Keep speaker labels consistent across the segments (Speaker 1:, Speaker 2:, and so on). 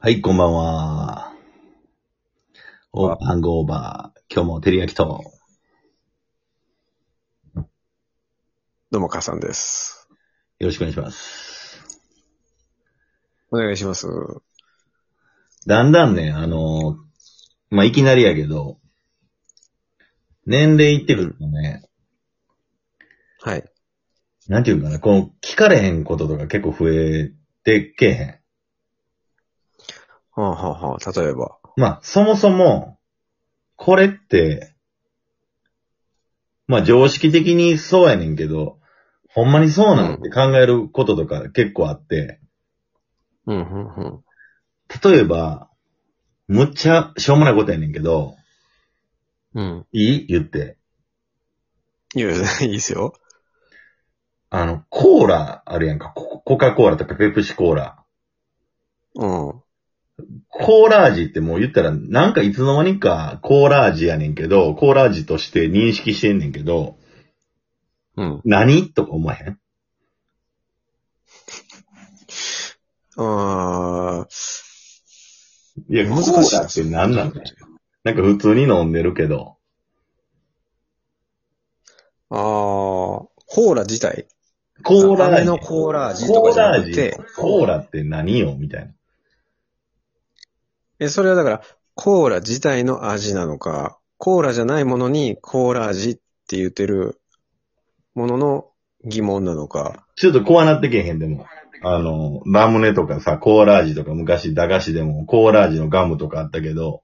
Speaker 1: はい、こんばんは。オーバーハングオーバー。今日も照り焼きと。
Speaker 2: どうも、母さんです。
Speaker 1: よろしくお願いします。
Speaker 2: お願いします。
Speaker 1: だんだんね、あの、まあ、いきなりやけど、年齢いってくるとね、
Speaker 2: はい。
Speaker 1: なんていうかな、この聞かれへんこととか結構増えてけえへん。
Speaker 2: はあ、はあはあ、例えば。
Speaker 1: まあ、そもそも、これって、まあ、常識的にそうやねんけど、ほんまにそうなんって考えることとか結構あって、
Speaker 2: うん、うん、うん。
Speaker 1: 例えば、むっちゃしょうもないことやねんけど、
Speaker 2: うん。
Speaker 1: いい言って。
Speaker 2: いや、いいですよ。
Speaker 1: あの、コーラあるやんか。ココカ・コーラとかペプシコーラ。
Speaker 2: うん。
Speaker 1: コーラ味ってもう言ったら、なんかいつの間にかコーラ味やねんけど、コーラ味として認識してんねんけど、
Speaker 2: うん。
Speaker 1: 何とか思わへん
Speaker 2: あ
Speaker 1: いや、
Speaker 2: ー、
Speaker 1: コ
Speaker 2: 難しい
Speaker 1: ーラって何なのなんか普通に飲んでるけど。
Speaker 2: あー、コーラ自体。
Speaker 1: コーラ
Speaker 2: 飴
Speaker 1: 味。
Speaker 2: のコーラ味とかじゃなくて
Speaker 1: コーラ味コーラって何よみたいな。
Speaker 2: え、それはだから、コーラ自体の味なのか、コーラじゃないものにコーラ味って言ってるものの疑問なのか。
Speaker 1: ちょっとこうなってけへんでも。あの、ラムネとかさ、コーラ味とか昔駄菓子でもコーラ味のガムとかあったけど、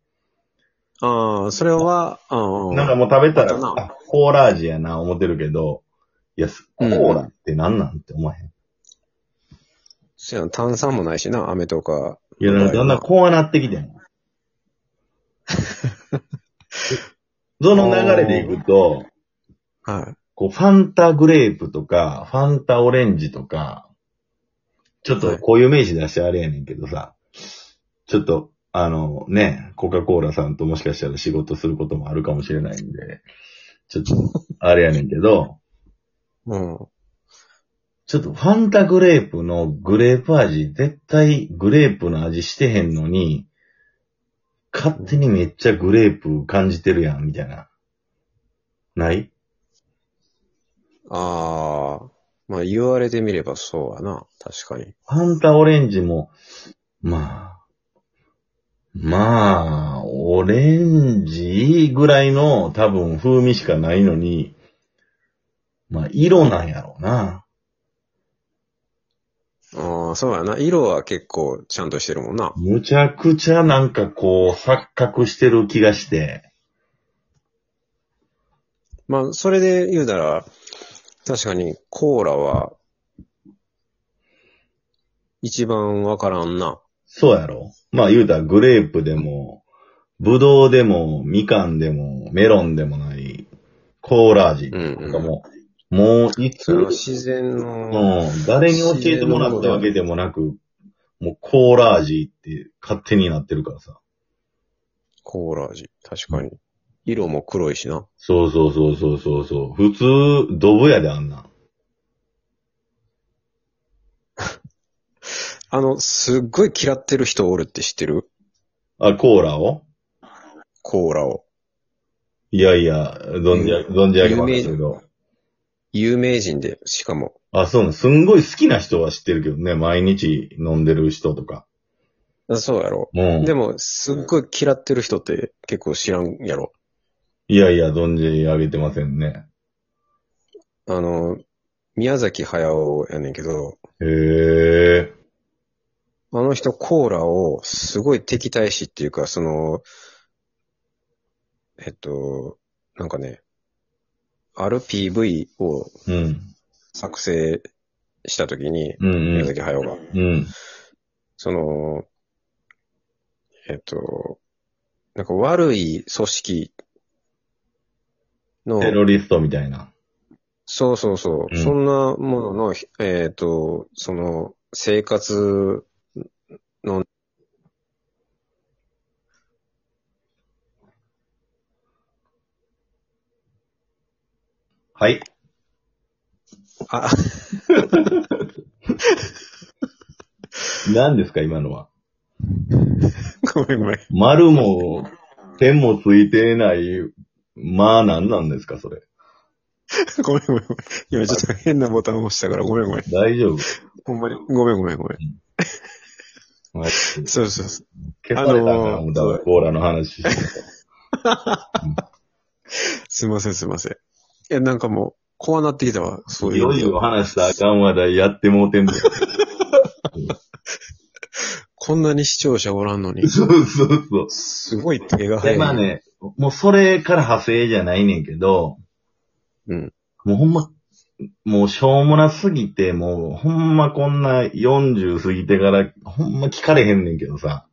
Speaker 2: ああ、それは、うんうん。
Speaker 1: なんかもう食べたら、
Speaker 2: あったな
Speaker 1: あ、コーラ味やな思ってるけど、いや、すコ
Speaker 2: うん
Speaker 1: ーラってなんなんって思わへん。
Speaker 2: そや炭酸もないしな、飴とか。
Speaker 1: いや、なんかだんだんこうなってき てん。その流れでいくと、
Speaker 2: はい。
Speaker 1: こう、ファンタグレープとか、ファンタオレンジとか、ちょっとこういう名詞出してあれやねんけどさ、ちょっと、あのね、コカ・コーラさんともしかしたら仕事することもあるかもしれないんで、ちょっと、あれやねんけど、
Speaker 2: うん。
Speaker 1: ちょっとファンタグレープのグレープ味、絶対グレープの味してへんのに、勝手にめっちゃグレープ感じてるやん、みたいな。ない
Speaker 2: ああ、まあ言われてみればそうやな。確かに。
Speaker 1: ファンタオレンジも、まあ、まあ、オレンジぐらいの多分風味しかないのに、まあ、色なんやろうな。
Speaker 2: ああ、そうやな。色は結構ちゃんとしてるもんな。
Speaker 1: むちゃくちゃなんかこう、錯覚してる気がして。
Speaker 2: まあ、それで言うなら、確かにコーラは、一番わからんな。
Speaker 1: そうやろまあ、言うたらグレープでも、ブドウでも、みかんでも、メロンでもない、コーラ味
Speaker 2: うん
Speaker 1: なんか
Speaker 2: うん。
Speaker 1: もう、もういつ
Speaker 2: その自然の、
Speaker 1: うん、誰に教えてもらったわけでもなく、もうコーラ味って勝手になってるからさ。
Speaker 2: コーラ味。確かに。色も黒いしな。
Speaker 1: そうそうそうそうそうそう。普通、ドブやであんな。
Speaker 2: あの、すっごい嫌ってる人おるって知ってる
Speaker 1: あ、コーラを
Speaker 2: コーラを。
Speaker 1: いやいや、存じ上げ、存じ上げましたけど。
Speaker 2: 有名人で、しかも。
Speaker 1: あ、そうなの。すんごい好きな人は知ってるけどね。毎日飲んでる人とか。
Speaker 2: あそうやろ。
Speaker 1: もう
Speaker 2: でも、すっごい嫌ってる人って結構知らんやろ。
Speaker 1: いやいや、存じ上げてませんね。
Speaker 2: あの、宮崎駿やねんけど、
Speaker 1: へえ。
Speaker 2: あの人コーラをすごい敵対視っていうか、その、えっと、なんかね、ある PV を
Speaker 1: うん。
Speaker 2: 作成したときに、
Speaker 1: うん
Speaker 2: 宮崎駿が、
Speaker 1: うん。うん。
Speaker 2: その、えっと、なんか悪い組織の、
Speaker 1: テロリストみたいな。
Speaker 2: そうそうそう。
Speaker 1: うん
Speaker 2: そんなものの、ひえっ、と、その、生活の、
Speaker 1: はい。
Speaker 2: あ、
Speaker 1: 何ですか、今のは。
Speaker 2: ごめんごめん。
Speaker 1: 丸も、点もついてない、まあ何なんですか、それ。
Speaker 2: ごめんごめんごめん。今ちょっと変なボタンを押したから、ごめんごめん。
Speaker 1: 大丈夫。
Speaker 2: ほんまに。ごめんごめんごめん。
Speaker 1: はい
Speaker 2: そうそうそう。
Speaker 1: 消されたから、
Speaker 2: あのー
Speaker 1: もうだからコーラの話して
Speaker 2: すいませんすいません。いや、なんかもう、怖なってきたわ。そ
Speaker 1: い
Speaker 2: ういう意
Speaker 1: ろ
Speaker 2: 味
Speaker 1: い
Speaker 2: では
Speaker 1: ろ話したらあかん話題やってもうてん だよ。
Speaker 2: こんなに視聴者おらんのに。
Speaker 1: そうそうそう。
Speaker 2: すごい手が早
Speaker 1: で、
Speaker 2: い。
Speaker 1: まあね、もうそれから派生じゃないねんけど、
Speaker 2: うん。
Speaker 1: もうほんま、もうしょうもなすぎて、もうほんまこんな40過ぎてから、ほんま聞かれへんねんけどさ、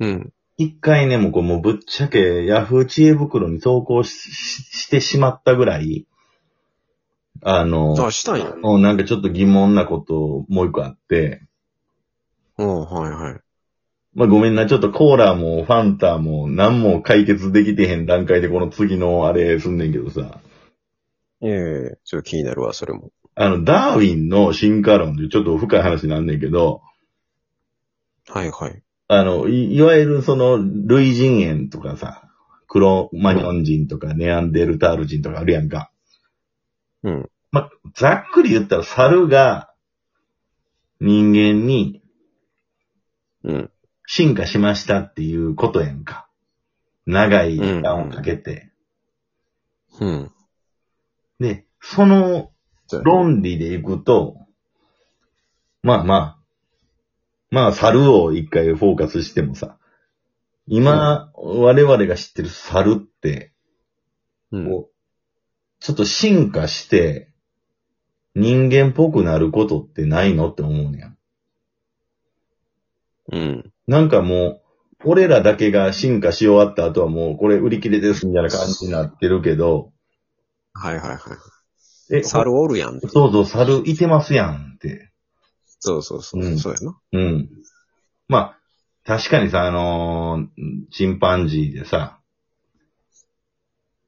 Speaker 2: うん。
Speaker 1: 一回ね、もうこうもうぶっちゃけヤフー知恵袋に投稿しししてしまったぐらい、あの、
Speaker 2: あ、したんや。
Speaker 1: もうなんかちょっと疑問なこともう一個あって、
Speaker 2: うん、はいはい。
Speaker 1: まあごめんな、ちょっとコーラもファンタも何も解決できてへん段階でこの次のあれすんねんけどさ、
Speaker 2: ええちょっと気になるわ、それも。
Speaker 1: あの、ダーウィンの進化論でちょっと深い話になんねんけど、
Speaker 2: はいはい。
Speaker 1: あの、いいわゆるその、類人猿とかさ、クロマニョン人とかネアンデルタール人とかあるやんか。
Speaker 2: うん。
Speaker 1: ざっくり言ったら猿が人間に
Speaker 2: うん。
Speaker 1: 進化しましたっていうことやんか。長い時間をかけて。
Speaker 2: うん。
Speaker 1: で、その論理でいくと、まあまあ、まあ猿を一回フォーカスしてもさ、今、我々が知ってる猿って、
Speaker 2: うん。
Speaker 1: こうちょっと進化して、人間っぽくなることってないのって思うねや。
Speaker 2: うん。
Speaker 1: なんかもう、俺らだけが進化し終わった後はもうこれ売り切れですみたいな感じになってるけど、
Speaker 2: はいはいは
Speaker 1: え
Speaker 2: い。猿おるやん。
Speaker 1: そうそう、猿いてますやんって。
Speaker 2: そうそうそう。
Speaker 1: うん
Speaker 2: そうやな。
Speaker 1: うん。まあ、確かにさ、あのーチンパンジーでさ、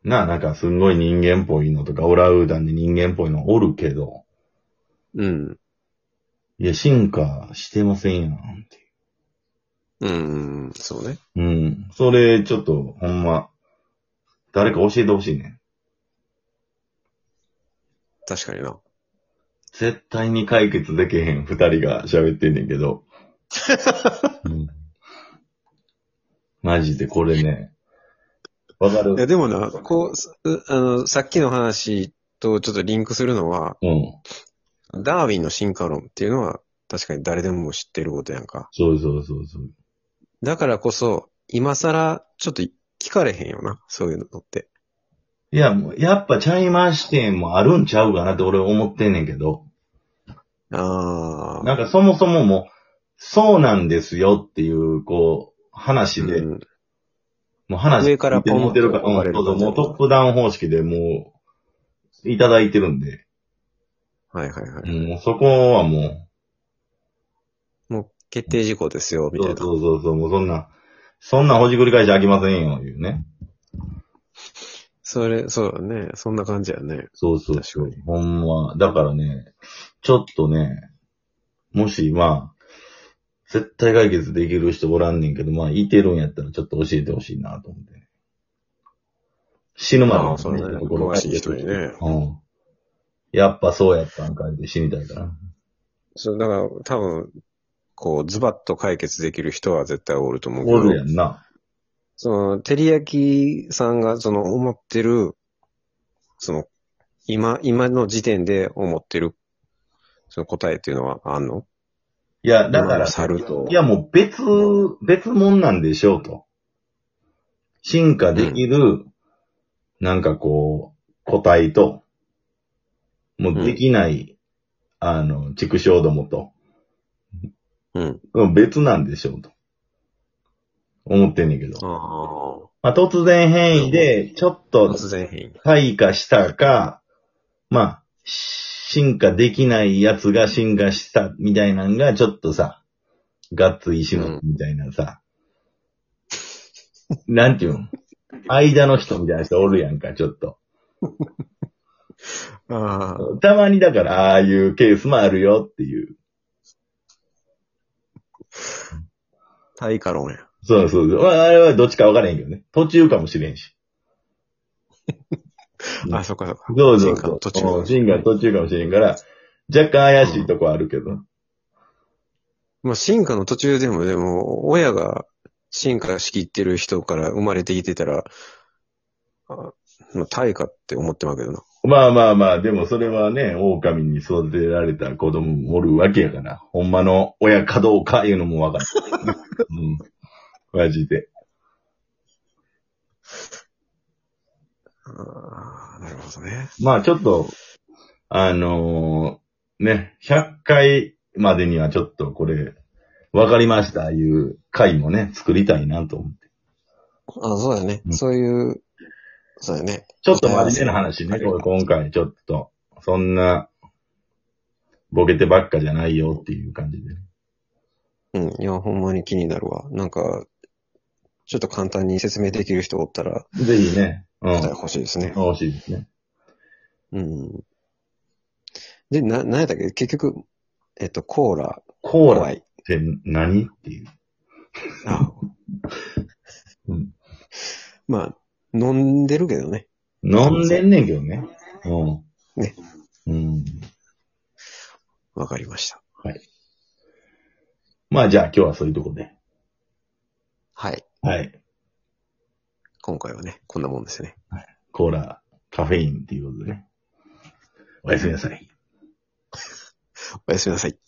Speaker 1: なあ、なんかすんごい人間っぽいのとか、オラウーダンで人間っぽいのおるけど、
Speaker 2: うん。
Speaker 1: いや、進化してませんやんって。
Speaker 2: うん。そうね。
Speaker 1: うん。それ、ちょっと、ほんま、誰か教えてほしいね。
Speaker 2: 確かにな。
Speaker 1: 絶対に解決できへん二人が喋ってんねんけ ど。うんマジでこれね。わかる
Speaker 2: いや、でもな、こうす、あの、さっきの話とちょっとリンクするのは、
Speaker 1: うん。
Speaker 2: ダーウィンの進化論っていうのは、確かに誰でも知ってることやんか。
Speaker 1: そうそうそうそう。
Speaker 2: だからこそ、今更、ちょっと聞かれへんよな、そういうのって。
Speaker 1: いや、もうやっぱチャイマー視点もあるんちゃうかなって俺思ってんねんけど、
Speaker 2: ああ。
Speaker 1: なんかそもそももう、そうなんですよっていう、こう、話で、
Speaker 2: うん
Speaker 1: もう話
Speaker 2: 上からポンと
Speaker 1: 持ってるから、
Speaker 2: 置
Speaker 1: う
Speaker 2: か
Speaker 1: ん
Speaker 2: れる
Speaker 1: そう
Speaker 2: 感じ
Speaker 1: そうもうトップダウン方式でもう、いただいてるんで、
Speaker 2: はいはいは
Speaker 1: う
Speaker 2: い。
Speaker 1: ん、もうそこはも
Speaker 2: もう決定事項ですよ、
Speaker 1: う、
Speaker 2: み
Speaker 1: そ
Speaker 2: たいうな。
Speaker 1: そうそうそう、もうそんな、そんなほじくり返し飽きませんよ、いうね。
Speaker 2: それ、そうだね。そんな感じやね。
Speaker 1: そうそうそう。ほんま、だからね、ちょっとね、もし、まあ、絶対解決できる人おらんねんけど、まあ、いてるんやったらちょっと教えてほしいなと思ってね。死ぬまで
Speaker 2: ああそれね
Speaker 1: ところ
Speaker 2: 詳しい人にね
Speaker 1: うん。やっぱそうやったんかいって死にたいから。
Speaker 2: そう、だから多分、こう、ズバッと解決できる人は絶対おると思うけど。
Speaker 1: おるやんな。
Speaker 2: その、照り焼きさんがその思ってる、その、今、今の時点で思ってる、その答えっていうのはあんの
Speaker 1: いや、だか
Speaker 2: 今
Speaker 1: ら
Speaker 2: の、猿と。
Speaker 1: いやもう別、別もんなんでしょうと。進化できる、なんかこう、個体と、もうできない、あの、畜生どもと、
Speaker 2: うん。
Speaker 1: うん別なんでしょうと。思ってんねんけど。
Speaker 2: あ
Speaker 1: まあ、突然変異で、ちょっ
Speaker 2: あ。
Speaker 1: と
Speaker 2: 突然変異。
Speaker 1: 退化したか、まあ、進化できないやつが進化したみたいなんが、ちょっとさ、ガッツ石のみたいな さ、なんていうん間の人みたいな人おるやんか、ちょっと。
Speaker 2: ああ。
Speaker 1: たまにだから、ああいうケースもあるよっていう。
Speaker 2: 対価論や。
Speaker 1: そうそうそう。まああれはどっちか分からへんけどね。途中かもしれんし。うん
Speaker 2: あ、そっかそっか。
Speaker 1: そうそう
Speaker 2: ジンガ
Speaker 1: そ
Speaker 2: の
Speaker 1: う。
Speaker 2: 途中
Speaker 1: うんジンガの途中かもしれんから、若干怪しいとこあるけど。
Speaker 2: まあ、進化の途中でも、でも、親が進化しきってる人から生まれてきてたら、あまあ、対価って思ってまうけどな。
Speaker 1: まあまあまあ、でもそれはね、狼に育てられた子供もおるわけやから、ほんまの親かどうかいうのもわかる。 うん。マジで。
Speaker 2: ああ、なるほどね。
Speaker 1: まあちょっと、あのーね、100回までにはちょっとこれ、わかりましたいう回もね、作りたいなと思って。
Speaker 2: あそうだね
Speaker 1: うん
Speaker 2: そういう、そうだね。
Speaker 1: ちょっと真面目な話ね、
Speaker 2: はい
Speaker 1: これ今回ちょっと、そんな、ボケてばっかじゃないよっていう感じで。
Speaker 2: うん。いや、ほんまに気になるわ。なんか、ちょっと簡単に説明できる人おったら、
Speaker 1: ぜひね、うん
Speaker 2: 答え。欲しいですね。
Speaker 1: 欲しいですね。
Speaker 2: うん。で、な、なんやったっけ結局、えっと、コーラ、
Speaker 1: コーラ
Speaker 2: 怖
Speaker 1: っ
Speaker 2: い。
Speaker 1: て何っていう。
Speaker 2: あ
Speaker 1: うん
Speaker 2: まあ、飲んでるけどね。
Speaker 1: 飲んでんねんけどね。うん。
Speaker 2: ね。
Speaker 1: うん。
Speaker 2: わかりました。
Speaker 1: まあじゃあ今日はそういうとこで。
Speaker 2: はい。
Speaker 1: はい。
Speaker 2: 今回はね、こんなもんですね。
Speaker 1: コーラ、カフェインっていうことでね。おやすみなさい。
Speaker 2: おやすみなさい。